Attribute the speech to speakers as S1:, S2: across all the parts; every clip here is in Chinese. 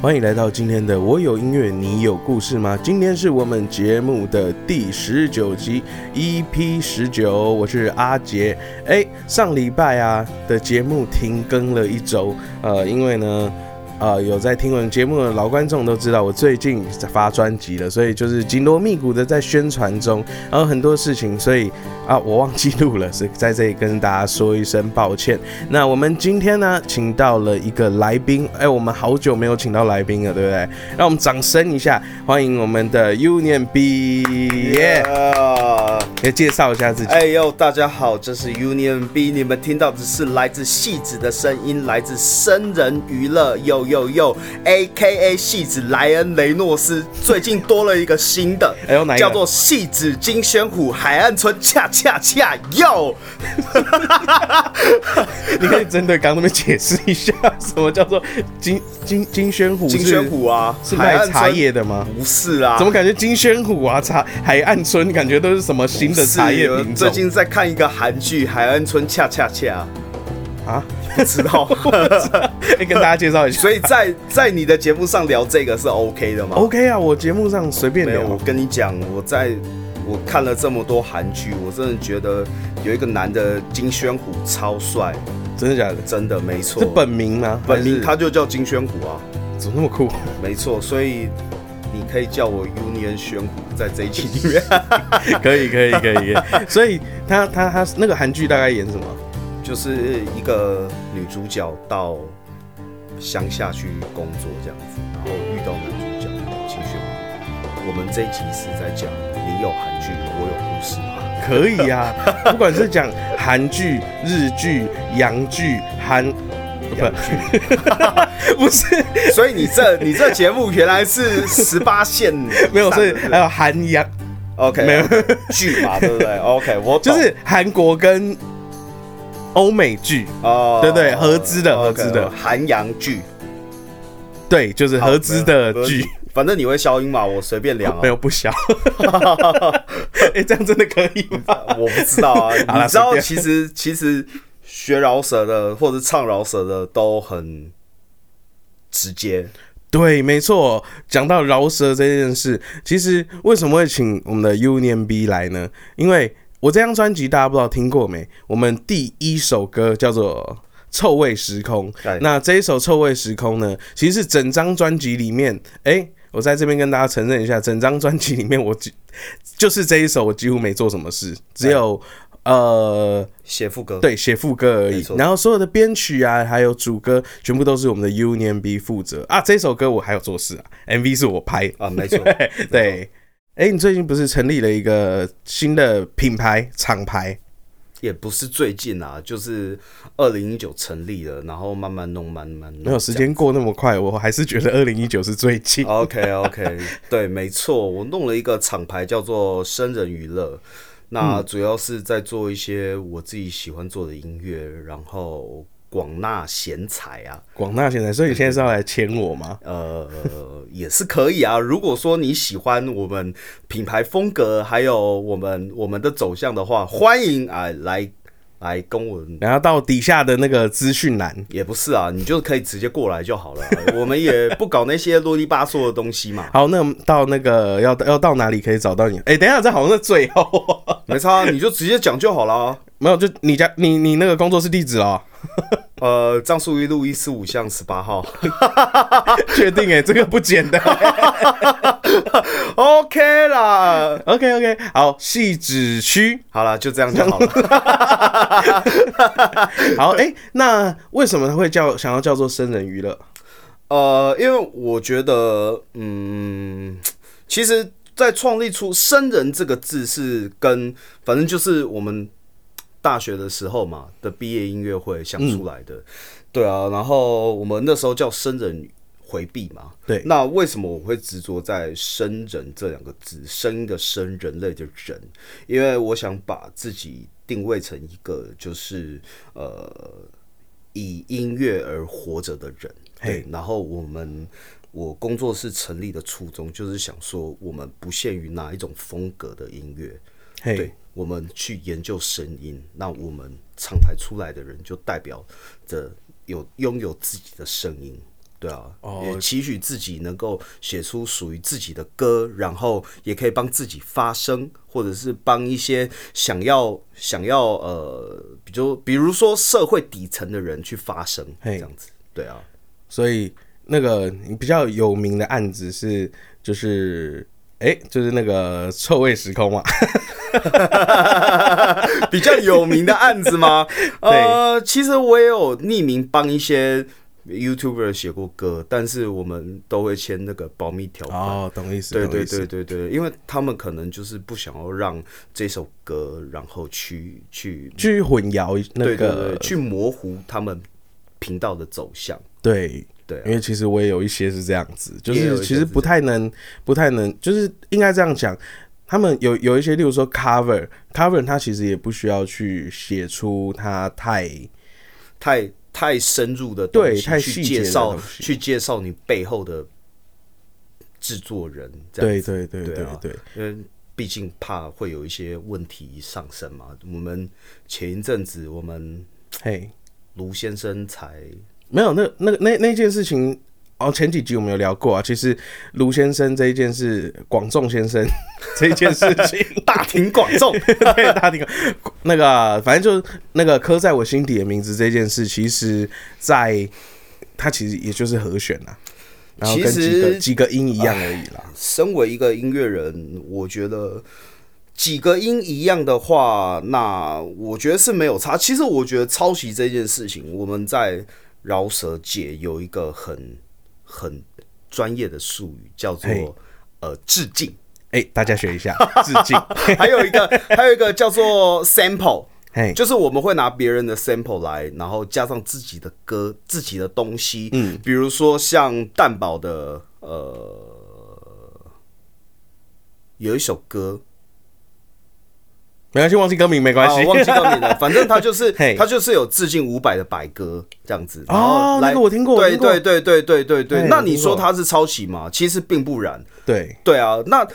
S1: 欢迎来到今天的《我有音乐，你有故事吗》？今天是我们节目的第十九集，EP ，E 十九，我是阿杰。哎，上礼拜啊的节目停更了一周，呃，因为呢。呃，有在听我们节目的老观众都知道，我最近在发专辑了，所以就是紧锣密鼓的在宣传中，然后很多事情，所以啊，我忘记录了，是在这里跟大家说一声抱歉。那我们今天呢，请到了一个来宾，哎、我们好久没有请到来宾了，对不对？让我们掌声一下，欢迎我们的 Union B，耶、
S2: Yeah
S1: 来介绍一下自己。
S2: 哎呦，大家好，这是 Union B，你们听到的是来自戏子的声音，来自生人娱乐，呦呦呦，A K A 戏子莱恩雷诺斯，最近多了一个新的，
S1: 哎呦哪一个
S2: 叫做戏子金宣虎海岸村恰恰恰哟，
S1: 哎你可以针对刚刚那边解释一下， 什么叫做金金金宣虎是？
S2: 金宣虎啊，
S1: 是
S2: 海
S1: 卖
S2: 岸
S1: 茶
S2: 村
S1: 叶的吗？
S2: 不是啊，
S1: 怎么感觉金宣虎啊、茶海岸村，感觉都是什么新的茶叶
S2: 不是
S1: 品
S2: 最
S1: 种
S2: 近在看一个韩剧《海岸村恰恰恰
S1: 啊？》，
S2: 不 知道。
S1: 哎跟大家介绍 一下。
S2: 所以在在你的节目上聊这个是 OK 的吗？
S1: OK 啊，我节目上随便
S2: 没
S1: 聊
S2: 有，。我跟你讲，我在我看了这么多韩剧，我真的觉得有一个男的金宣虎超帅，
S1: 真的假的？
S2: 真的没错。
S1: 是本名吗？
S2: 本名
S1: 还
S2: 他就叫金宣虎啊，
S1: 是怎么那么 酷？
S2: 没错，所以你可以叫我 Union 宣虎，在这一期里面
S1: 可以可以可以可以。 所以他他他那个韩剧大概演什么？
S2: 就是一个女主角到乡下去工作这样子，然后遇到男主角金宣虎。我们这一集是在讲你有韩剧，我有故事吗？
S1: 可以啊， 不管是讲韩剧、日剧、洋剧、韩。 不，不是
S2: 所以你这你这节目原来是十八线
S1: 没有，
S2: 上
S1: 所以
S2: 的
S1: 还有韩洋，
S2: OK
S1: 没有
S2: 剧嘛，对不对？OK，我懂
S1: 就是韩国跟欧美剧，
S2: 哦
S1: 对对合资的合资的
S2: OK，韩洋剧
S1: 对，就是合资的剧，，
S2: 好反正你会消音嘛，我随便聊啊。
S1: 没有不小。哎、这样真的可以吗？
S2: 我不知道啊，
S1: 好啦
S2: 你知
S1: 随
S2: 道
S1: 便
S2: 其实其实学饶舌的或者唱饶舌的都很直接，
S1: 对，没错。讲到饶舌这件事，其实为什么会请我们的 Union B 来呢？因为我这张专辑大家不知道听过没？我们第一首歌叫做《臭味时空》
S2: 对。
S1: 那这一首《臭味时空》呢，其实是整张专辑里面，哎、我在这边跟大家承认一下，整张专辑里面我几就是这一首，我几乎没做什么事，只有呃
S2: 写副歌。
S1: 对，写副歌而
S2: 没
S1: 已
S2: 错。
S1: 然后所有的编曲啊，还有主歌，全部都是我们的 Union B 负责啊。这首歌我还有做事啊，MV 是我 拍。
S2: 啊，没错，
S1: 对，哎、你最近不是成立了一个新的品牌厂牌？
S2: 嗯也不是最近啊，就是二零一九成立了，然后慢慢弄，慢慢弄。
S1: 没有时间过那么快，我还是觉得二零一九是最近。
S2: OK OK，对，没错，我弄了一个厂牌叫做生人娱乐，那主要是在做一些我自己喜欢做的音乐，然后广纳贤才啊，
S1: 广大现在，所以你现在是要来签我吗？
S2: 呃， 也是可以啊。如果说你喜欢我们品牌风格，还有我们我们的走向的话，欢迎啊来来跟我们。
S1: 然后到底下的那个资讯栏，
S2: 也不是啊，你就可以直接过来就好了啊、我们也不搞那些啰里吧嗦的东西嘛，
S1: 好，那我们到那个要要到哪里可以找到你？哎、等一下，这好像是最后，
S2: 没差啊、你就直接讲就好了啊。
S1: 没有，就你家你你那个工作室地址哦。
S2: 呃，张树一路一四五巷十八号。
S1: 确定哎、这个不简单。
S2: OK 啦，
S1: OK OK，好，细指区，
S2: 好啦，就这样就好了。
S1: 好哎、诶那为什么会叫想要叫做生人娱乐？
S2: 呃，因为我觉得，嗯，其实，在创立出“生人”这个字是跟，反正就是我们大学的时候嘛的毕业音乐会想出来的。对啊，然后我们那时候叫“生人”。回避嘛？
S1: 对
S2: 那为什么我会执着在“生人”这两个字？声音的“生”，人类的“人”，因为我想把自己定位成一个就是呃以音乐而活着的人。对，然后我们我工作室成立的初衷就是想说，我们不限于哪一种风格的音乐，
S1: 嘿
S2: 对，我们去研究声音，那我们厂牌出来的人就代表着有拥有自己的声音。对啊，
S1: 哦
S2: 也期许自己能够写出属于自己的歌，然后也可以帮自己发声，或者是帮一些想要想要呃，比如比如说社会底层的人去发声，
S1: 嘿
S2: 这样子，对啊，
S1: 所以那个你比较有名的案子是就是。哎、就是那个臭味时空嘛，
S2: 比较有名的案子 吗？呃，其实我也有匿名帮一些 YouTuber 写过歌，但是我们都会签那个保密条款。
S1: 哦，懂意思，
S2: 对
S1: 懂
S2: 对
S1: 意思
S2: 对对对，因为他们可能就是不想要让这首歌，然后去去
S1: 去混淆那
S2: 对对
S1: 个
S2: 对，去模糊他们频道的走向。
S1: 对
S2: 对啊
S1: 因为其实我也有一些是这样子，就
S2: 也有一
S1: 是
S2: 些
S1: 其实
S2: 是
S1: 不太能，不太能，就是应该这样讲。他们有有一些，例如说 cover，cover，它其实也不需要去写出它太
S2: 太太深入的东西
S1: 对太
S2: 去
S1: 细节
S2: 介
S1: 的
S2: 绍
S1: 东西
S2: 去介绍你背后的制作人，这样
S1: 对对对
S2: 对
S1: 对
S2: 啊
S1: 对，
S2: 因为毕竟怕会有一些问题上升嘛。我们前一阵子我们
S1: 嘿，
S2: 卢先生才
S1: 没有那那那那件事情哦，前几集我们有聊过啊。其实卢先生这一件事，广仲先生 这一件事 情，
S2: 大庭广众，
S1: 对大庭广那个，啊反正就是那个刻在我心底的名字这件事，其实在它其实也就是和弦啊，然后跟
S2: 其
S1: 几
S2: 实
S1: 个几个音一样而已啦。
S2: 身为一个音乐人，我觉得几个音一样的话，那我觉得是没有差。其实我觉得抄袭这件事情，我们在饶舌界有一个很很专业的术语，叫
S1: 嘿
S2: 做呃致敬，
S1: 哎、大家学一下，致 敬。
S2: 还有一个还有一个叫做 sample。
S1: 嘿，
S2: 就是我们会拿别人的 sample 来，然后加上自己的歌、自己的东西，嗯，比如说像蛋堡的呃，有一首歌，
S1: 没关系，忘记歌名没关
S2: 啊，
S1: 系。
S2: 忘记歌名了，反正他就是
S1: 嘿
S2: 他就是有致敬伍佰的百歌这样子，
S1: 哦
S2: 然后来
S1: 那个我听过我
S2: 对
S1: 听过
S2: 对对对对对
S1: 嘿
S2: 对，
S1: 我
S2: 那
S1: 听
S2: 你说
S1: 过
S2: 他是抄袭吗？其实并不然，
S1: 对，
S2: 对啊，那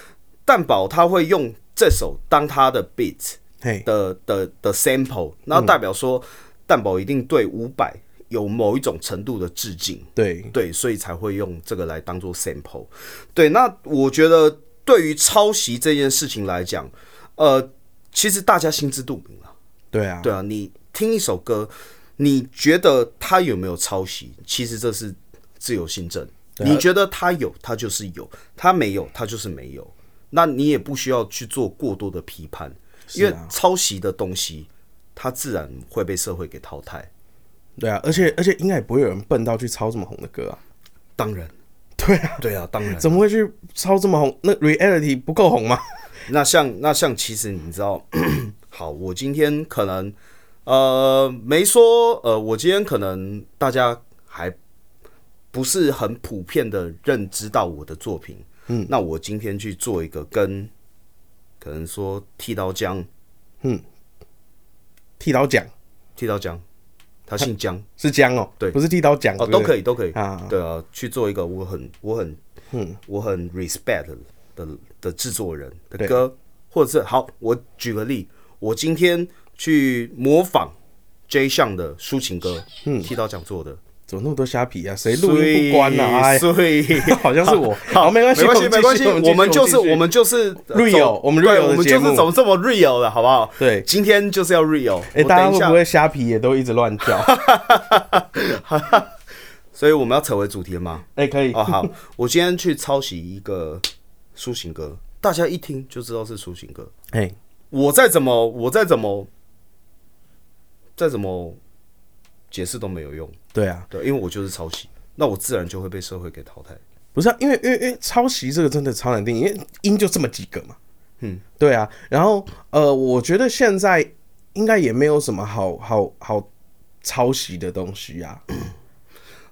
S2: 蛋堡他会用这首当他的 beat，
S1: 嘿，
S2: 的的的 sample，那代表说蛋堡一定对五百有某一种程度的致敬，
S1: 对，
S2: 对，所以才会用这个来当做 sample。对，那我觉得对于抄袭这件事情来讲，呃，其实大家心知肚明了，
S1: 对啊，
S2: 对啊，你听一首歌，你觉得他有没有抄袭？其实这是自由心证。
S1: 对啊
S2: 你觉得他有，他就是有；他没有，他就是没有。那你也不需要去做过多的批判，因
S1: 是
S2: 为
S1: 啊，
S2: 抄袭的东西，它自然会被社会给淘汰。
S1: 对啊，而且而且应该也不会有人笨到去抄这么红的歌啊。
S2: 当然，
S1: 对啊，
S2: 对啊，当然。
S1: 怎么会去抄这么红？那 reality 不够红吗？
S2: 那像那像，其实你知道，好，我今天可能呃没说呃，我今天可能大家还不是很普遍的认知到我的作品。嗯，那我今天去做一个跟可能说剃刀姜，
S1: 剃刀奖
S2: 剃刀姜，他姓姜
S1: 是姜哦，
S2: 对
S1: 不是剃刀奖
S2: 哦，都
S1: 以
S2: 可以，都可以。
S1: 啊。
S2: 对啊，去做一个我很我很嗯我很 respect 的的的制作人的
S1: 对
S2: 歌，或者是好，我举个例，我今天去模仿 J 项的抒情歌，嗯，剃刀讲做的，
S1: 怎么那么多虾皮啊？谁录音不关啊？哎呀，
S2: 所以。 所以
S1: 好像是我。好，没关系，
S2: 没关系，没关系，
S1: 我
S2: 我们
S1: 继续
S2: 就是
S1: 继续
S2: 我们就是呃
S1: Real，
S2: 走
S1: 我们
S2: 对
S1: real 的
S2: 我们
S1: 节
S2: 就
S1: 目
S2: 是怎么这么 real 了，好不好？
S1: 对。
S2: 今天就是要 real。
S1: 哎、
S2: 我
S1: 大家
S2: 等一
S1: 会
S2: 下
S1: 不，会虾皮也都一直乱叫？
S2: 所以我们要扯回主题了吗？
S1: 哎、可以，
S2: 哦，好，我今天去抄袭一个抒情歌，大家一听就知道是抒情歌。
S1: 哎、
S2: 我再怎么，我再怎么，再怎么解释都没有用，
S1: 对啊，
S2: 对，因为我就是抄袭，那我自然就会被社会给淘汰。
S1: 不是、啊，因为因为因为抄袭这个真的超难定，因为音就这么几个嘛。嗯，对啊。然后呃，我觉得现在应该也没有什么好好好抄袭的东西啊。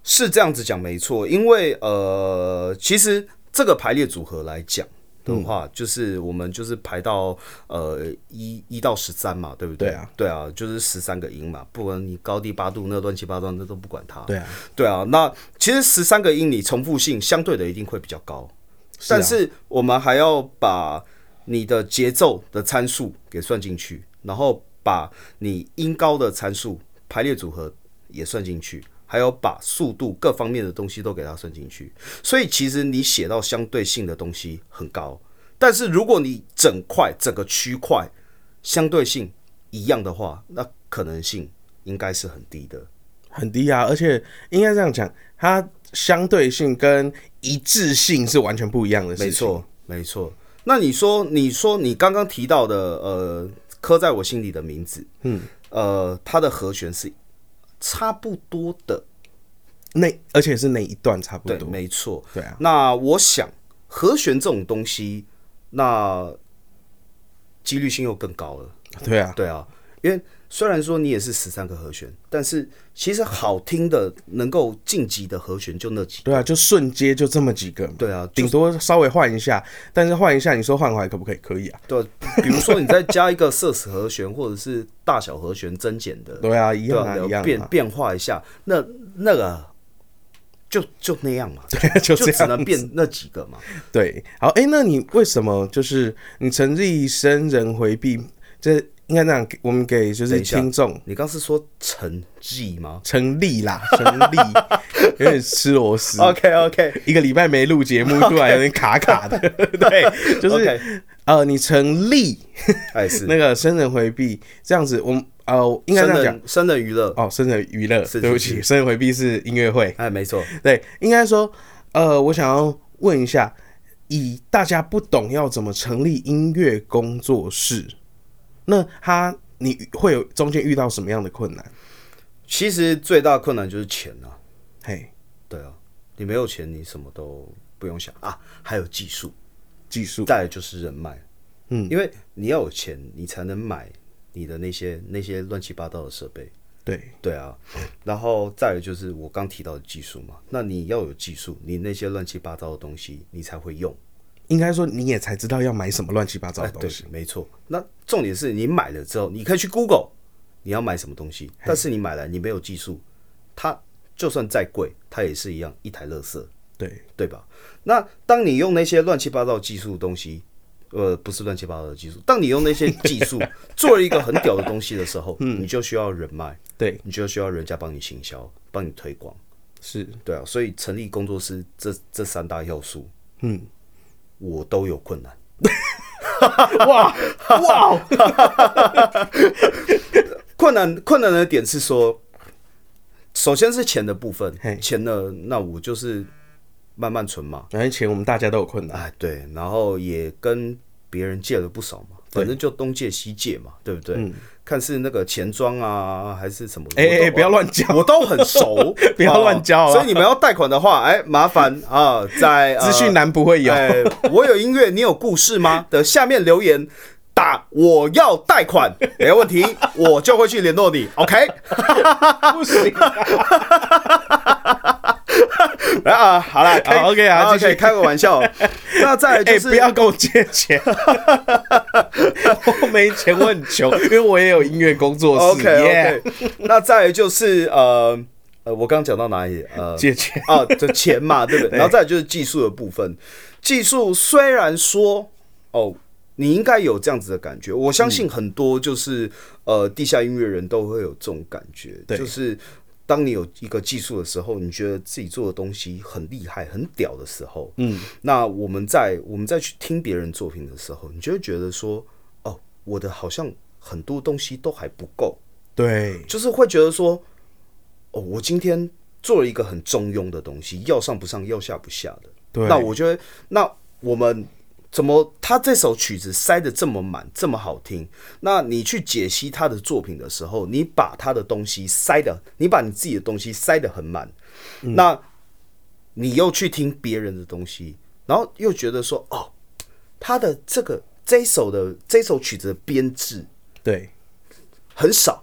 S2: 是这样子讲没错，因为呃，其实这个排列组合来讲的话，
S1: 嗯
S2: 就是我们就是排到呃一一到十三嘛，对不对？
S1: 对啊，
S2: 对啊，就是十三个音嘛，不管你高低八度那乱七八糟那都不管它。
S1: 对啊，
S2: 对啊，那其实十三个音你重复性相对的一定会比较
S1: 啊
S2: 高，但是我们还要把你的节奏的参数给算进去，然后把你音高的参数排列组合也算进去，还有把速度各方面的东西都给它算进去。所以其实你写到相对性的东西很高，但是如果你整块整个区块相对性一样的话，那可能性应该是很低的。
S1: 很低啊，而且应该这样讲，它相对性跟一致性是完全不一样的事情。
S2: 没，错，没错。那你说，你说你刚刚提到的，呃，刻在我心里的名字，嗯，呃，它的和弦是差不多的，
S1: 那而且是那一段差不
S2: 对，
S1: 多。
S2: 没错。
S1: 对啊，
S2: 那我想，和弦这种东西，那几率性又更高了。
S1: 对啊，
S2: 对啊，因为虽然说你也是十三个和弦，但是其实好听的、能够晋级的和弦就那几。
S1: 对啊，就瞬接就这么几个嘛。
S2: 对啊，
S1: 顶多稍微换一下，但是换一下，你说换回来可不可以？可以啊，
S2: 对，比如说你再加一个色死和弦，或者是大小和弦增减的，
S1: 对啊，一
S2: 对
S1: 样
S2: 啊
S1: 啊，一样
S2: 变
S1: 啊，
S2: 变化一下，那那个就就那样嘛，
S1: 对啊， 就
S2: 就
S1: 这
S2: 只
S1: 样
S2: 能变那几个嘛。
S1: 对，好，哎、那你为什么就是你成立生人回避？这应该这样，我们给就是
S2: 等一下
S1: 听众
S2: 你刚是说成 绩吗
S1: 成立啦，成 立，有点吃螺丝。
S2: ？OK OK，
S1: 一个礼拜没录节 目，突然有点卡卡的。 对，就是
S2: OK
S1: 呃，你成立
S2: 哎是
S1: 那个生人回避这样子，我们呃应该这
S2: 生
S1: 样讲
S2: 人生人娱乐，
S1: 哦，生人娱乐，
S2: 是是
S1: 对不起，生人回避是音乐会。
S2: 哎没错，
S1: 对，应该说，呃，我想要问一下，以大家不懂要怎么成立音乐工作室，那他你会有中间遇到什么样的困难？
S2: 其实最大困难就是钱啊，
S1: 嘿，
S2: 对啊，你没有钱，你什么都不用想啊，还有技术。
S1: 技术
S2: 再来就是人脉，
S1: 嗯，
S2: 因为你要有钱，你才能买你的那些那些乱七八糟的设备，
S1: 对，
S2: 对啊，然后再来就是我刚提到的技术嘛，那你要有技术，你那些乱七八糟的东西你才会用，
S1: 应该说你也才知道要买什么乱七八糟
S2: 哎
S1: 的，东
S2: 对
S1: 西。，
S2: 没错。那重点是你买了之后，你可以去 Google 你要买什么东西，但是你买来你没有技术，它就算再贵，它也是一样一台垃圾。
S1: 对
S2: 哎对吧？那当你用那些乱七八糟的技术的东西，呃，不是乱七八糟的技术，当你用那些技 术做了一个很屌的东西的时候，
S1: 嗯
S2: 你就需要人脉，
S1: 对
S2: 你就需要人家帮你行销，帮你推广，
S1: 是，
S2: 对啊，所以成立工作室这这三大要素，
S1: 嗯，
S2: 我都有困难。
S1: 哇哇，
S2: 困难困难的点是说，首先是钱的部分
S1: 嘿，
S2: 钱呢，那我就是慢慢存嘛，
S1: 而且我们大家都有困难，
S2: 哎，对，然后也跟别人借了不少嘛，反正就东借西借嘛，对不对？看是那个钱庄啊，还是什么？
S1: 嗯哎哎、
S2: 我
S1: 哎
S2: 都
S1: 不要乱讲，，
S2: 我都很熟
S1: 不要乱交啊
S2: 所以你们要贷款的话，哎，麻烦啊，在
S1: 资讯栏不会有，
S2: 哎，我有音乐，你有故事吗？的下面留言打我要 贷款，没问题，我就会去联络你。OK，
S1: 不行，
S2: 来啊，好了
S1: 好，OK 啊继续
S2: ，OK，开个 玩笑。那再来
S1: 哎、
S2: 就是
S1: 不要跟我借钱， 我没钱，我很 穷，因为我也有音乐工作室
S2: OK
S1: 耶
S2: OK，那再来就是呃呃，我刚刚讲到哪里？呃，
S1: 借钱，
S2: 啊，这钱嘛，对不对？然后再来就是技术的部分。技术虽然说哦，你应该有这样子的感觉，我相信很多就是、呃地下音乐人都会有这种感觉，
S1: 对
S2: 就是。当你有一个技术的时候，你觉得自己做的东西很厉害、很屌的时候，嗯，那我们在我们再去听别人作品的时候，你就会觉得说，哦，我的好像很多东西都还不够，
S1: 对，
S2: 就是会觉得说，哦，我今天做了一个很中庸的东西，要上不上，要下不下的。
S1: 对
S2: 那我觉得，那我们怎么他这首曲子塞的这么满，这么好听？那你去解析他的作品的时候，你把他的东西塞的，你把你自己的东西塞的很满，那你又去听别人的东西，然后又觉得说，哦，他的这个这一首的这一首曲子的编制
S1: 对，
S2: 很少，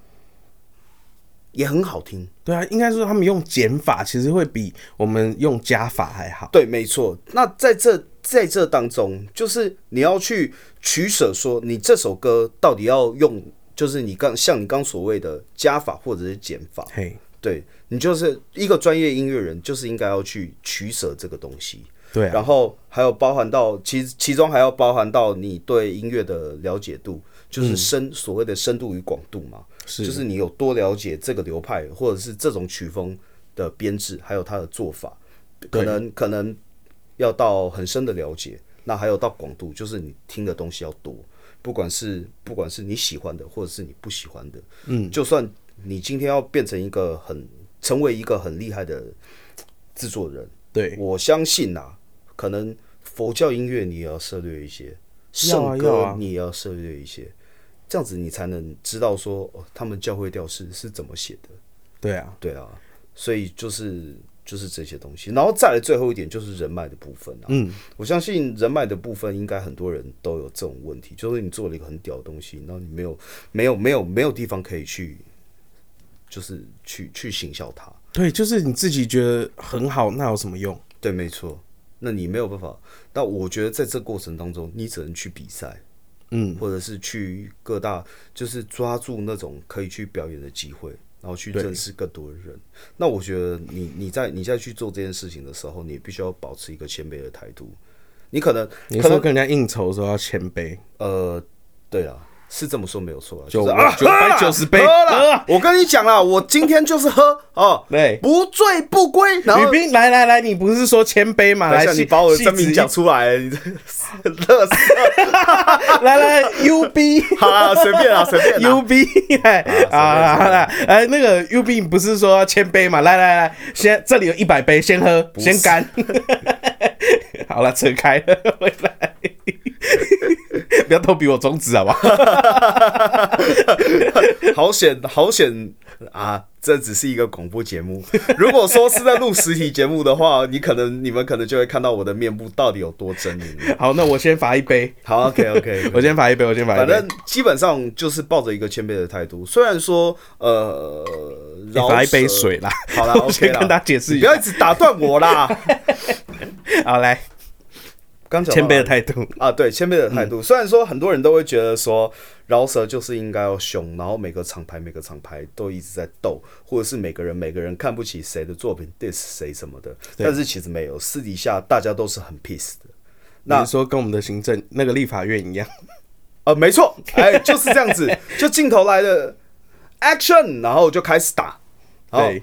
S2: 也很好听。
S1: 对啊，应该说他们用减法其实会比我们用加法还好，
S2: 对，没错。那在这在这当中，就是你要去取舍，说你这首歌到底要用，就是你刚像你刚所谓的加法或者是减法，
S1: 嘿，
S2: 对你就是一个专业音乐人，就是应该要去取舍这个东西。
S1: 对啊，
S2: 然后还有包含到其其中还要包含到你对音乐的了解度，就是深、所谓的深度与广度嘛，
S1: 嗯是
S2: 就是你有多了解这个流派或者是这种曲风的编制，还有他的做法，可能可能要到很深的了解，那还有到广度，就是你听的东西要多，不管是不管是你喜欢的，或者是你不喜欢的，嗯，就算你今天要变成一个很成为一个很厉害的制作人，
S1: 对，
S2: 我相信呐、可能佛教音乐你也要涉略一些，
S1: 要啊
S2: 圣
S1: 要
S2: 歌
S1: 啊
S2: 你也要涉略一些，这样子你才能知道说哦，他们教会调式是怎么写的。
S1: 对啊，
S2: 对啊，所以就是就是这些东西，然后再来最后一点就是人脉的部分啊。嗯，我相信人脉的部分应该很多人都有这种问题，就是你做了一个很屌的东西，然后你没有没有没有没有地方可以去，就是去去行销它。
S1: 对，就是你自己觉得很好，那有什么用？
S2: 对，没错。那你没有办法，但我觉得在这过程当中，你只能去比赛，
S1: 嗯，
S2: 或者是去各大，就是抓住那种可以去表演的机会，然后去认识更多的人。那我觉得你你在你在去做这件事情的时候，你必须要保持一个谦卑的态度。你可能
S1: 你
S2: 可
S1: 说
S2: 能
S1: 跟人家应酬的时候要谦卑，
S2: 呃，对了，是这么说没有错啊，
S1: 九
S2: 就是啊，
S1: 九百九十杯，
S2: 喝
S1: 喝
S2: 了
S1: 啊，
S2: 我跟你讲啦，我今天就是喝哦，
S1: 对。
S2: 不醉不归。然后
S1: 雨冰，来来来，你不是说谦卑吗？
S2: 等
S1: 来
S2: 一下，，
S1: 细
S2: 你把我的
S1: 细
S2: 真名
S1: 致一
S2: 讲出来，你这 乐死了。
S1: 来来，U B
S2: 好啦，随便 啦，随便啦。
S1: U B 哎啊，好了，哎，那个 U B 不是说千杯嘛？来来来，先这里有一百杯，先喝，
S2: 是
S1: 先干。 好了，扯开了，回来。 不要偷比我中指好不好？
S2: 好险，好险啊！这只是一个广播节目。如果说是在录实体节目的话，你可能你们可能就会看到我的面部到底有多狰狞。
S1: 好，那我先罚一杯，
S2: 好，OK，OK，、
S1: 我先罚一杯，我先罚一
S2: 反
S1: 杯。
S2: 正基本上就是抱着一个谦卑的态度。虽然说，呃，
S1: 你
S2: 饶
S1: 罚一
S2: 舌
S1: 杯。水啦。
S2: 好啦
S1: 我
S2: ，OK
S1: 先
S2: 啦，
S1: 跟他解释
S2: 你
S1: 一
S2: 不
S1: 下
S2: 要一。直打断我啦。
S1: 好，来，
S2: 刚讲到
S1: 谦卑的
S2: 哪里
S1: 态度。
S2: 啊，对谦卑的态
S1: 嗯
S2: 度。虽然说很多人都会觉得说饶舌就是应该要凶，然后每个厂牌每个厂牌都一直在斗，或者是每个人每个人看不起谁的作品 diss 谁什么的，但是其实没有，私底下大家都是很 peace 的。
S1: 你
S2: 那
S1: 是说跟我们的行政那个立法院一样？
S2: 呃，没错，哎、 就是这样子，就镜头来了，action，然后就开始打，然后
S1: 对，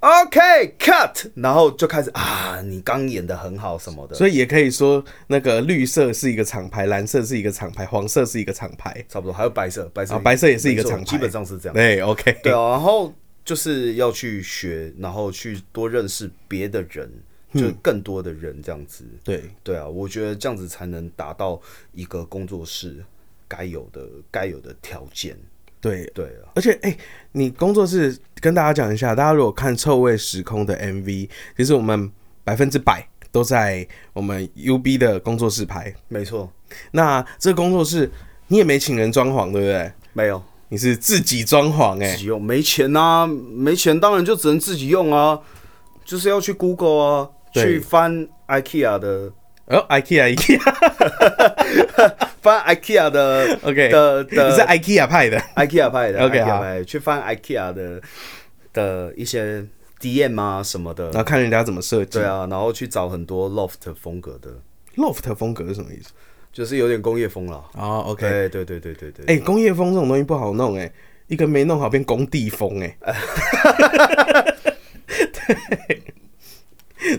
S2: OK，cut，、然后就开始啊，你刚演的很好什么的，
S1: 所以也可以说那个绿色是一个厂牌，蓝色是一个厂牌，黄色是一个厂牌。
S2: 差不多，还有白色，白色、
S1: 啊白色也是一个
S2: 没错
S1: 厂牌
S2: 基本上是这样。
S1: 对，OK，
S2: 对啊，然后就是要去学，然后去多认识别的人，就更多的人这样子。
S1: 对
S2: 对啊，我觉得这样子才能达到一个工作室该有的该有的条件。
S1: 对，
S2: 对啊，
S1: 而且哎、你工作室跟大家讲一下，大家如果看《臭味时空》的 MV，其实我们百分之百都在我们 UB 的工作室拍。
S2: 没错，
S1: 那这个工作室你也没请人装潢，对不对？
S2: 没有
S1: 你是自己装潢哎、
S2: 自己用，没钱啊，没钱当然就只能自己用啊，就是要去 Google 啊，
S1: 对
S2: 去翻 IKEA 的。
S1: 哦，IKEA IKEA，OK，、
S2: 翻 IKEA 的
S1: OK
S2: 的的啊
S1: 你是 IKEA 派啊的，
S2: IKEA 派的
S1: OK，
S2: IKEA
S1: 好
S2: 派的去翻 IKEA 的的一些 DM 啊什么的
S1: 然，后看人家怎么设计
S2: 对。啊，然后去找很多 loft 风格的，
S1: loft 风格是什么意思？
S2: 就是有点工业风啦。
S1: 哦，OK，哎、
S2: 对对对对对对，
S1: 工业风这种东西不好弄哎、一个没弄好变工地风哎、 对，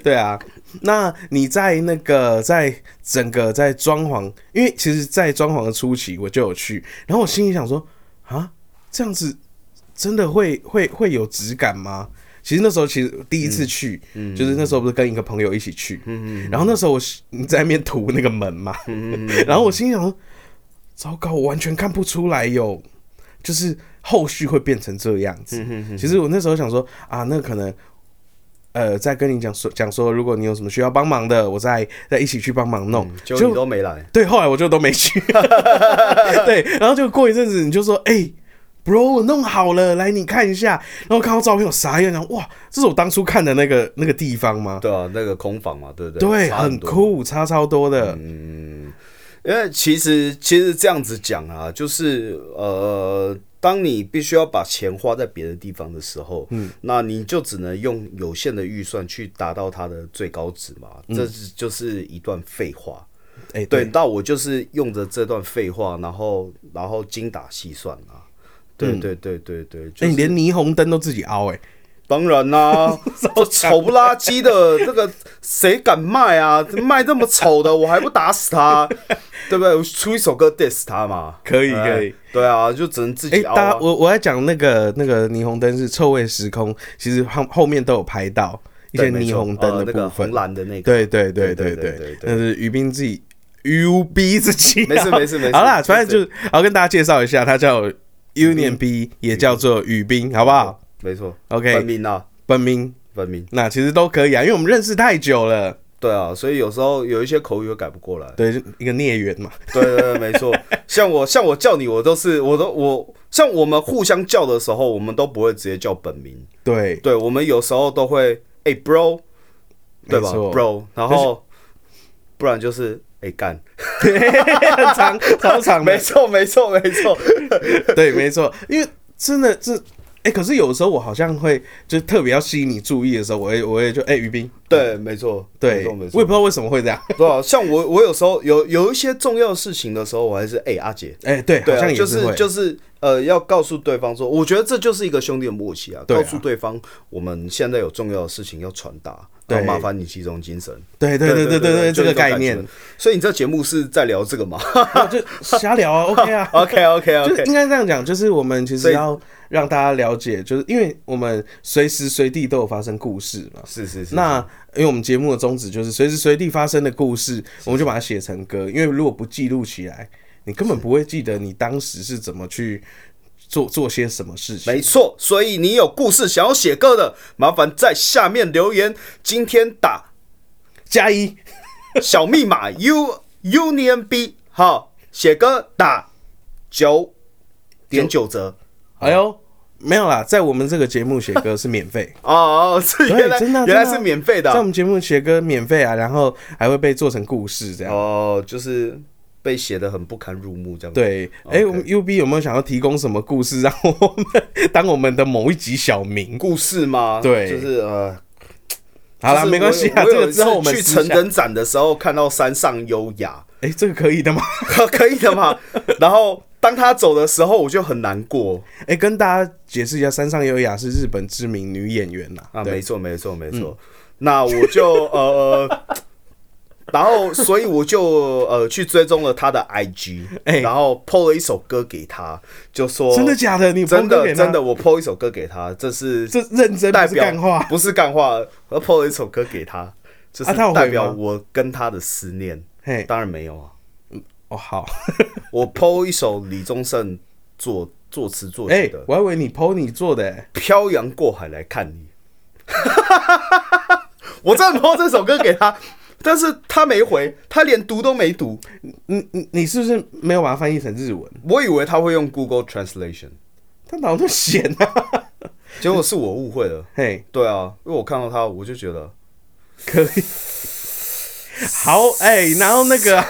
S1: 对啊。那你在那个在整个在装潢，因为其实，在装潢的初期我就有去，然后我心里想说啊，这样子真的会会会有质感吗？其实那时候其实第一次去，就是那时候不是跟一个朋友一起去，然后那时候我是你在那边涂那个门嘛， 然后我心想说，糟糕，我完全看不出来有，就是后续会变成这样子。其实我那时候想说啊，那可能。呃，再跟你讲说讲说，如果你有什么需要帮忙的，我再再一起去帮忙弄。
S2: 嗯就
S1: 结
S2: 你
S1: 果
S2: 都没来，
S1: 对，后来我就都没去。 对，然后就过一阵子，你就说：“哎、b r o 我弄好了，来你看一下。”然后看到照片，我傻眼，然后哇，这是我当初看的那个那个地方吗？
S2: 对啊，那个空房嘛，对不对？
S1: 对，
S2: 差
S1: 很
S2: 多。嗯
S1: 酷，差超多的。
S2: 因为其实其实这样子讲啊，就是呃，当你必须要把钱花在别的地方的时候，嗯，那你就只能用有限的预算去达到它的最高值嘛，
S1: 嗯
S2: 这是就是一段废话。
S1: 哎、
S2: 对，那我就是用着这段废话，然后然后精打细算啊。对对对对对，
S1: 哎、
S2: 就是
S1: 你连霓虹灯都自己凹哎、
S2: 当然啦、 这丑不拉几的，这个谁敢卖啊？卖这么丑的，我还不打 死他，对不对？我出一首歌 diss 他嘛，
S1: 可以
S2: 哎
S1: 可以。
S2: 对啊，就只能自
S1: 哎、
S2: 己熬、
S1: 大家，
S2: 啊。
S1: 我我在讲那个那个霓虹灯是臭味时空，其实后后面都有拍到一
S2: 对
S1: 些
S2: 没
S1: 霓
S2: 错
S1: 虹灯
S2: 呃
S1: 的
S2: 那个
S1: 部
S2: 红
S1: 分。
S2: 蓝的那个，
S1: 对对对对
S2: 对对对
S1: 对，
S2: 对
S1: 那是于斌自己 U B 自己啊、
S2: 没事没事没事
S1: 好啦，
S2: 没事
S1: 反正就是我要跟大家介绍一下，他叫 Union B，也叫做宇斌，好不好
S2: 没错，本
S1: ？OK，
S2: 名啊，
S1: 本名
S2: 本名。
S1: 那其实都可以啊，因为我们认识太久了，
S2: 对啊，所以有时候有一些口语会改不过来。
S1: 对，就一个孽缘嘛。
S2: 对对对，没错。像我像我叫你，我都是我都我像我们互相叫的时候，我们都不会直接叫本名。
S1: 对，
S2: 对，我们有时候都会哎、bro，对吧
S1: 没错
S2: ？bro，然后不然就是哎干、
S1: 很长超长
S2: 没
S1: 的，
S2: 错没错没 错，
S1: 对，没错，因为真的这，哎、可是有时候我好像会就特别要吸引你注意的时候，我会我会就哎，于、斌，
S2: 对没错没
S1: 对，我
S2: 错
S1: 也
S2: 没
S1: 不
S2: 错。
S1: 知道为什么会这样，
S2: 对啊，像我我有时候有有一些重要的事情的时候，我还是哎、阿姐，
S1: 哎、对，
S2: 对
S1: 好
S2: 啊，
S1: 像也
S2: 就是
S1: 会，
S2: 就是呃，要告诉对方说，我觉得这就是一个兄弟的默契啊，
S1: 对啊
S2: 告诉对方我们现在有重要的事情要传达，
S1: 对
S2: 然后麻烦你集中精神。
S1: 对对对对对对，这
S2: 就是
S1: 个
S2: 种
S1: 概
S2: 感觉
S1: 念，。
S2: 所以你这节目是在聊这个吗
S1: 就瞎聊啊，OK 啊。
S2: ？OK OK
S1: 就
S2: OK，
S1: 应该这样讲，就是我们其
S2: 哦所
S1: 实
S2: 以
S1: 要让大家了解，就是因为我们随时随地都有发生故事嘛。
S2: 是是是，
S1: 那因为我们节目的宗旨就是随时随地发生的故事，我们就把它写成歌。因为如果不记录起来，你根本不会记得你当时是怎么去做做些什么事情。
S2: 没错。所以你有故事想要写歌的，麻烦在下面留言。今天打
S1: 加一，
S2: 小密码 U Union B，好，写歌打九点九折。。
S1: 哎呦，没有啦，在我们这个节目写歌是免费
S2: 哦哦，是
S1: 对
S2: 原来、
S1: 真的啊
S2: 原来
S1: 真的啊
S2: 是免费的啊、
S1: 在我们节目写歌免费啊，然后还会被做成故事这样。
S2: 哦，就是被写的很不堪入目这样。，
S1: 对，哎、我们 UB 有没有想要提供什么故事让我们当我们的某一集小 明？
S2: 故事吗？
S1: 对
S2: 就是呃，
S1: 好啦，
S2: 就是
S1: 没关系啊，
S2: 我有
S1: 这个之后我们
S2: 我有一次去
S1: 私
S2: 成
S1: 下，
S2: 人展的时候，看到山上优雅，
S1: 哎、这个可以的吗？
S2: 可以的吗？然后当他走的时候，我就很难过
S1: 哎、跟大家解释一下，山上优雅是日本知名女演员呐、
S2: 啊！
S1: 对嗯
S2: 没错，没错，没错。那我就 呃。然后，所以我就呃去追踪了他的 IG，、
S1: 哎
S2: 然后 PO 了一首歌给他，就说
S1: 真的假的？你
S2: 哦 真
S1: 捧给
S2: 的
S1: 她
S2: 真的，，我 PO 一首歌给他，这是
S1: 这认真
S2: 代
S1: 不是
S2: 表
S1: 干话。
S2: 不是干话，我 PO 了一首歌给他，就是
S1: 啊他有回
S2: 代表
S1: 吗
S2: 我跟他的思念。
S1: 嘿，
S2: 当然没有啊，
S1: 哦好，
S2: 我 PO 一首李宗盛作作词作
S1: 哎、
S2: 曲的《
S1: 我还以为你 PO 你做的、欸，
S2: 漂洋过海来看你》， 我真的 PO 这首歌给他，但是他没回，他连读都没读。
S1: 你你你是不是没有把它翻译成日文？
S2: 我以为他会用 Google Translation，
S1: 他脑那么闲啊？
S2: 结果是我误会了。
S1: 嘿，
S2: 对啊，因为我看到他，我就觉得
S1: 可以。 好，哎、然后那个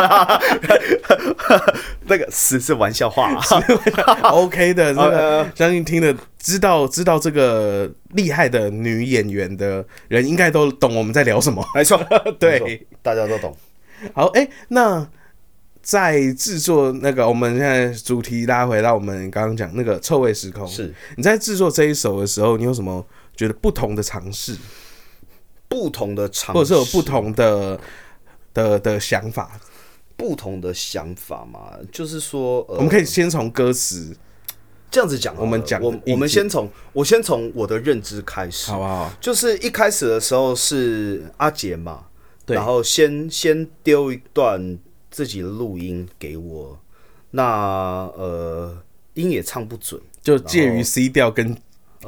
S2: 那个词 是玩笑话、啊。
S1: OK 的，那
S2: 呃
S1: 个相信听的知道知道这个厉害的女演员的人，应该都懂我们在聊 什么。
S2: 没错，
S1: 对
S2: 没错，大家都懂。
S1: 好，哎、那在制作那个我们现在主题拉回到我们刚刚讲那个臭味时空，
S2: 是
S1: 你在制作这一首的时候，你有什么觉得不同的尝试，
S2: 不同的场，
S1: 或者是有不同的的的想法？
S2: 不同的想法嘛？就是说，呃、
S1: 我们可以先从歌词，
S2: 这样子讲好了，
S1: 我们讲
S2: 我
S1: 意见
S2: 我们先从我先从我的认知开始
S1: 好，不好？
S2: 就是一开始的时候是阿杰嘛，
S1: 对
S2: 然后先先丢一段自己的录音给我，那呃音也唱不准，
S1: 就介于 C 调跟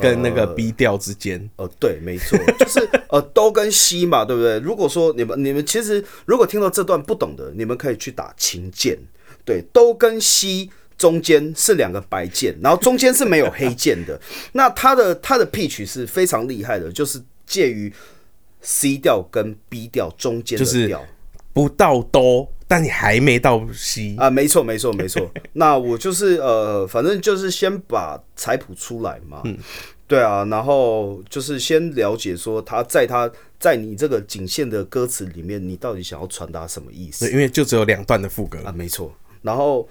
S1: 跟那个 B 调之间。
S2: 呃，对，没错，就是呃，都跟西嘛，对不对？如果说你们你们其实如果听到这段不懂的，你们可以去打琴键，对，都跟西中间是两个白键，然后中间是没有黑键的。那它的它的 pitch 是非常厉害的，就是介于 C 调跟 B 调中间的
S1: 就是
S2: 调。
S1: 不到哆，但你还没到西。
S2: 啊，没错，没错，没错。那我就是呃，反正就是先把彩谱出来嘛。对啊，然后就是先了解说他在他在你这个仅限的歌词里面，你到底想要传达什么意思啊
S1: 对，因为就只有两段的副歌，
S2: 啊？没错。然后，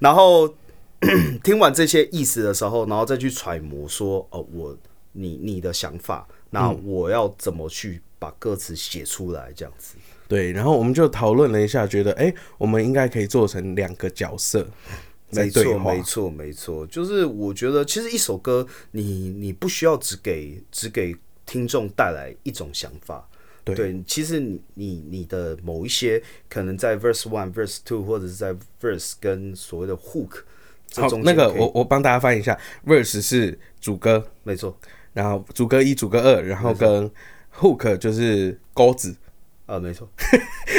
S2: 然后 听完这些意思的时候，然后再去揣摩说，哦，我你你的想法，那我要怎么去把歌词写出来，这样子。
S1: 对，然后我们就讨论了一下，觉得哎、诶我们应该可以做成两个角色来
S2: 没
S1: 对
S2: 错，
S1: 话
S2: 没。错，没错，就是我觉得其实一首歌，你你不需要只给只给听众带来一种想法。
S1: 对
S2: 其实你你你的某一些可能在 verse one、verse two，或者是在 verse 跟所谓的 hook 这
S1: 好
S2: 中，间
S1: 哦那个
S2: 可以
S1: 我我帮大家翻译一下，verse 是主歌，
S2: 没错
S1: 然后主歌一、主歌二，然后跟 hook 就是钩子，
S2: 啊，没错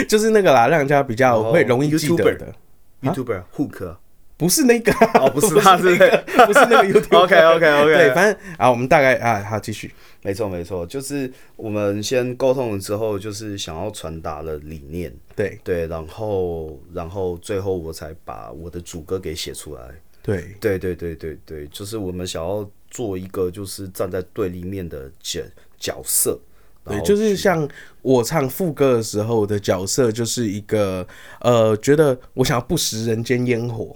S1: 就是那个啦，让人家比较会容易记得的。
S2: ，YouTuber hook 啊
S1: 不是那个啊、
S2: 哦不是他
S1: 那个， 不是 那个 YouTube。
S2: OK，OK，OK
S1: 对，反正啊，我们大概啊，好，继续。
S2: 没错没错，就是我们先沟通了之后，就是想要传达的理念，
S1: 对
S2: 对，然后然后最后我才把我的主歌给写出来。
S1: 对
S2: 对对对对对，就是我们想要做一个就是站在对立面的角角色，然
S1: 对，
S2: 后
S1: 就是像我唱副歌的时候我的角色，就是一个呃，觉得我想要不食人间烟火，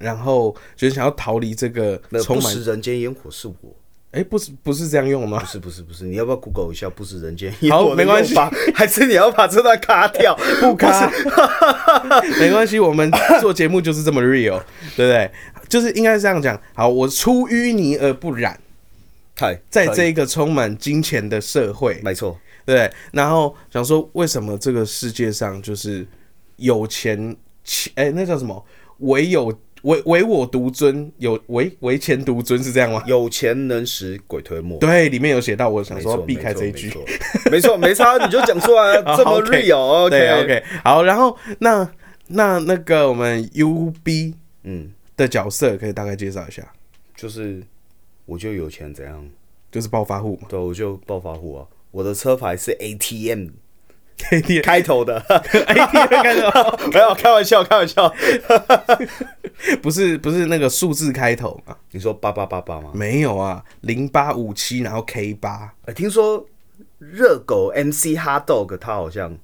S1: 然后就是想要逃离这个
S2: 那
S1: 充
S2: 不
S1: 满
S2: 食人间烟火是我，
S1: 哎、不是不是这样用吗
S2: 不？是不是不是，你要不要 Google 一下不食人间烟
S1: 好
S2: 火的
S1: 没关系
S2: 用法， 还是你要把这段卡掉？
S1: 不卡， 没关系，我们做节目就是这么 real，对不对？就是应该是这样讲。好，我出淤泥而不染，
S2: 太
S1: 在
S2: 可以
S1: 这一个充满金钱的社会，
S2: 没错，
S1: 对不对。然后想说，为什么这个世界上就是有钱钱？哎、那叫什么？唯有唯唯我独尊，有唯唯钱独尊是这样吗？
S2: 有钱能使鬼推磨。
S1: 对，里面有写到，我想
S2: 没
S1: 说
S2: 错，
S1: 避开这一 句。
S2: 没错，没错，没差，你就讲出来啊，这么
S1: OK，对
S2: real，OK，
S1: OK，好，然后那那那个我们 UB
S2: 嗯，
S1: 的角色可以大概介绍一下，
S2: 就是我就有钱怎样？
S1: 就是暴发户嘛
S2: 对，我就暴发户啊，我的车牌是 ATM
S1: ，ATM
S2: 开头的，
S1: ATM 开头，
S2: 没有开玩笑，开玩笑。
S1: 不是不是那个数字开头嘛？
S2: 你说八八八八吗？
S1: 没有啊，零八五七，然后 K 八，
S2: 哎听说热狗 MC Hot Dog 他好像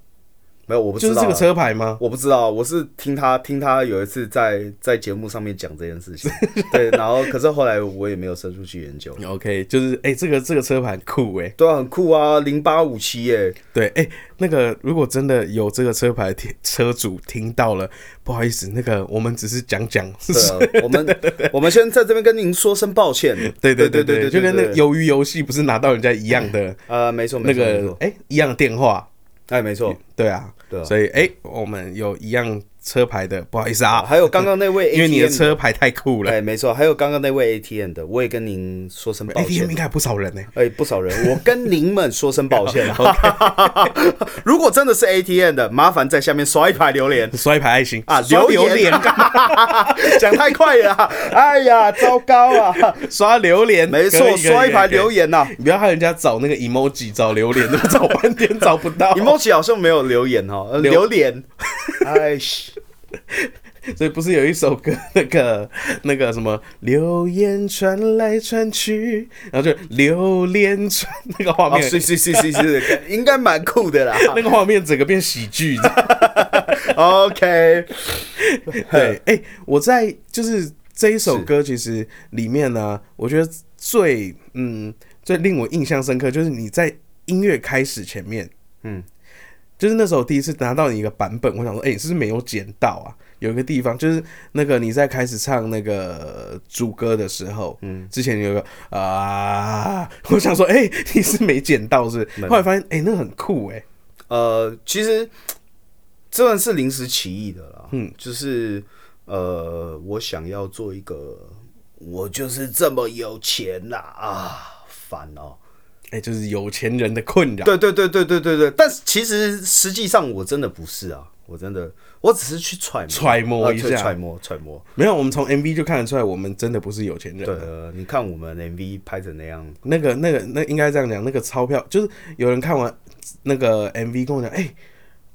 S2: 没有，我不知
S1: 就
S2: 道
S1: 是
S2: 啊、
S1: 这个车牌吗？
S2: 我不知道，我是听他听他有一次在在节目上面讲这件事情， 对，然后可是后来我也没有深入去研究。
S1: OK，就是哎、这个这个车牌很酷哎、
S2: 对啊，很酷啊，零八五七耶，
S1: 对哎、那个如果真的有这个车牌的车主听到了，不好意思，那个我们只是讲讲，
S2: 对啊，我 们我们先在这边跟您说声抱歉，
S1: 对对对
S2: 对
S1: 对，
S2: 对，
S1: 就跟那
S2: 对
S1: 个鱿鱼游戏不是拿到人家一样的
S2: 呃，没错
S1: 那
S2: 没错没
S1: 个
S2: 错，
S1: 哎、一样的电话，
S2: 哎没错，
S1: 对啊，
S2: 对啊
S1: 所以哎、我们有一样车牌的，不好意思啊，
S2: 哦还有刚刚那位 ATM，
S1: 因为你的车牌太酷了
S2: 哎没错，还有刚刚那位 ATM 的，我也跟您说声抱歉
S1: ，ATM 应。该不少人欸呢、
S2: 哎、不少人，我跟您们说声抱歉。如果真的是 ATM 的，麻烦在下面刷一排榴莲
S1: 刷一排爱心
S2: 啊，
S1: 刷榴
S2: 莲
S1: 莲干嘛？
S2: 讲太快了啊、哎呀，糟糕啊！
S1: 刷榴莲，
S2: 没
S1: 可以
S2: 错，刷一排榴。言啊呐、
S1: 可以可以你不要害人家找那个 emoji 找榴莲，那么找半天找不 到，
S2: emoji 好像没有留言哦，呃
S1: 榴
S2: 榴 莲。哎，嘘
S1: 所以不是有一首歌那个那个什么流言传来传去，然后就榴莲传那个画
S2: 哦，
S1: 面，
S2: 是是是是是，应该蛮酷的啦。
S1: 那个画面整个变喜剧，你 知道吗
S2: OK，
S1: 对，哎、我在就是这一首歌，其实里面呢、我觉得最嗯最令我印象深刻，就是你在音乐开始前面，
S2: 嗯，
S1: 就是那时候第一次拿到你一个版本，我想说，哎、你是不是没有剪到啊？有一个地方就是那个你在开始唱那个主歌的时候，嗯，之前有一个啊，我想说，哎、你是没剪到是不是？
S2: 没有
S1: 后来发现，哎、那很酷哎、
S2: 呃，其实这段是临时起意的啦，嗯，就是呃，我想要做一个，我就是这么有钱啦啊，烦哦、
S1: 哎、就是有钱人的困扰，
S2: 对对对对对对对，但是其实实际上我真的不是啊，我真的，我只是去揣摩
S1: 揣摩
S2: 呃
S1: 一
S2: 揣
S1: 下
S2: 揣摩揣摩。
S1: 没有，我们从 MV 就看得出来，我们真的不是有钱人。
S2: 对，呃你看我们 MV 拍成那样，
S1: 那个、那个、那应该这样讲，那个钞票就是有人看完那个 MV 跟我讲，哎、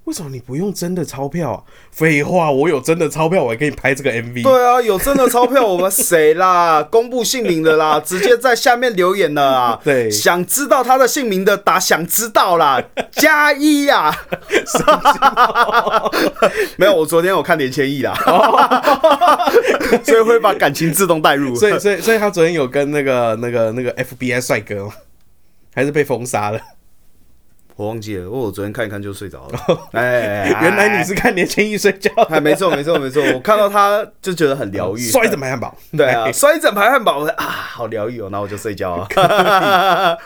S1: 为什么你不用真的钞票啊？废话，我有真的钞票，我还可以拍这个 MV。
S2: 对啊，有真的钞票，我们谁啦？公布姓名的 啦，直接在下面留言了啦。
S1: 对
S2: 想知道他的姓名的打想知道 啦，加一呀、 没有，我昨天有看连千亿啦， 所以会把感情自动带入。
S1: 哦所以所以所以他昨天有跟那个那个那个 FBI 帅哥吗？还是被封杀了？
S2: 我忘记了，我昨天看一看就睡 着了。哎，
S1: 原来你是看年轻一睡觉，
S2: 哎，没错没错没错，我看到他就觉得很疗愈。
S1: 摔着买汉堡。
S2: 对啊，摔一整排汉堡我说啊，好疗愈哦，那我就睡觉啊。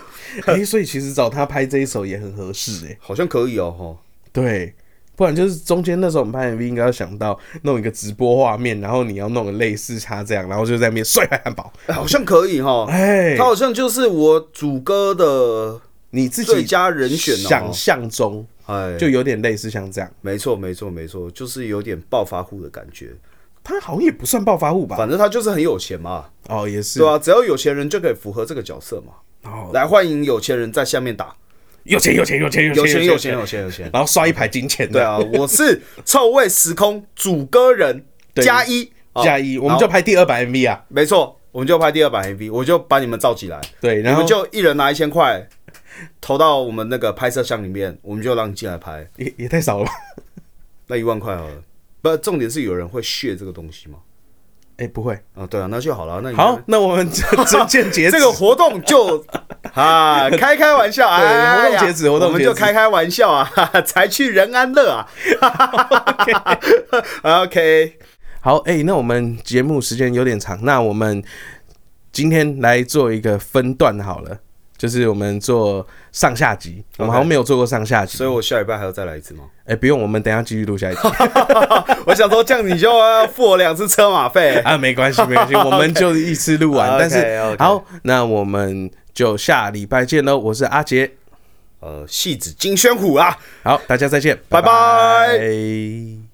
S1: 哎、所以其实找他拍这一首也很合适哎、
S2: 好像可以哦，吼。
S1: 对，不然就是中间那时候我们拍 MV 应该要想到弄一个直播画面，然后你要弄个类似他这样，然后就在那边帅拍汉堡。
S2: 哎好像可以哈，
S1: 哎、
S2: 他好像就是我主歌的
S1: 你自
S2: 最
S1: 己
S2: 佳人选
S1: 想
S2: 哦。
S1: 象中
S2: 哎，
S1: 就有点类似像这样，
S2: 没错没错没错，就是有点暴发户的感觉。
S1: 他好像也不算暴发户吧？
S2: 反正他就是很有钱嘛，
S1: 哦，也啊是
S2: 对，啊，只要有钱人就可以符合这个角色嘛。
S1: 哦，
S2: 来，欢迎有钱人在下面打，
S1: 有钱有钱有钱
S2: 有
S1: 钱
S2: 钱有钱有钱有钱。
S1: 然后刷一排金钱
S2: 对
S1: 的。
S2: 啊，我是臭味时空主歌人
S1: 对
S2: 加一，哦
S1: 加一，我们
S2: 好
S1: 就拍第二版 MV 啊，
S2: 没错，我们就拍第二版 MV，我就把你们召集来，
S1: 对，
S2: 你
S1: 然后
S2: 们就一人拿一千块，投到我们那个拍摄箱里面，我们就让你进来拍。
S1: 也也太少了吧？
S2: 那一万块好了。不，重点是有人会血这个东西吗？
S1: 哎、不会，
S2: 啊，对啊，那就好了。那你
S1: 好，那我 们就真见截止
S2: 这。个活动就 啊，开开玩 笑，哎呀
S1: 活动截止活动
S2: 我们
S1: 截止
S2: 就开开玩笑啊， 哈哈才去仁安乐 啊。OK，
S1: 好，哎、那我们节目时间有点长，那我们今天来做一个分段好了，就是我们做上下集，我们
S2: OK
S1: 好像没有做过上下集，
S2: 所以我下礼拜还要再来一次吗？
S1: 哎、不用，我们等一下继续录下一集
S2: 我想说，这样你就要付我两次车马 费。
S1: 啊，没关系，没关系，我们就一次录完，但是
S2: OK，OK
S1: 好，那我们就下礼拜见喽，我是阿杰，
S2: 呃，戏子金宣虎啊。
S1: 好，大家再见，
S2: 拜拜
S1: 拜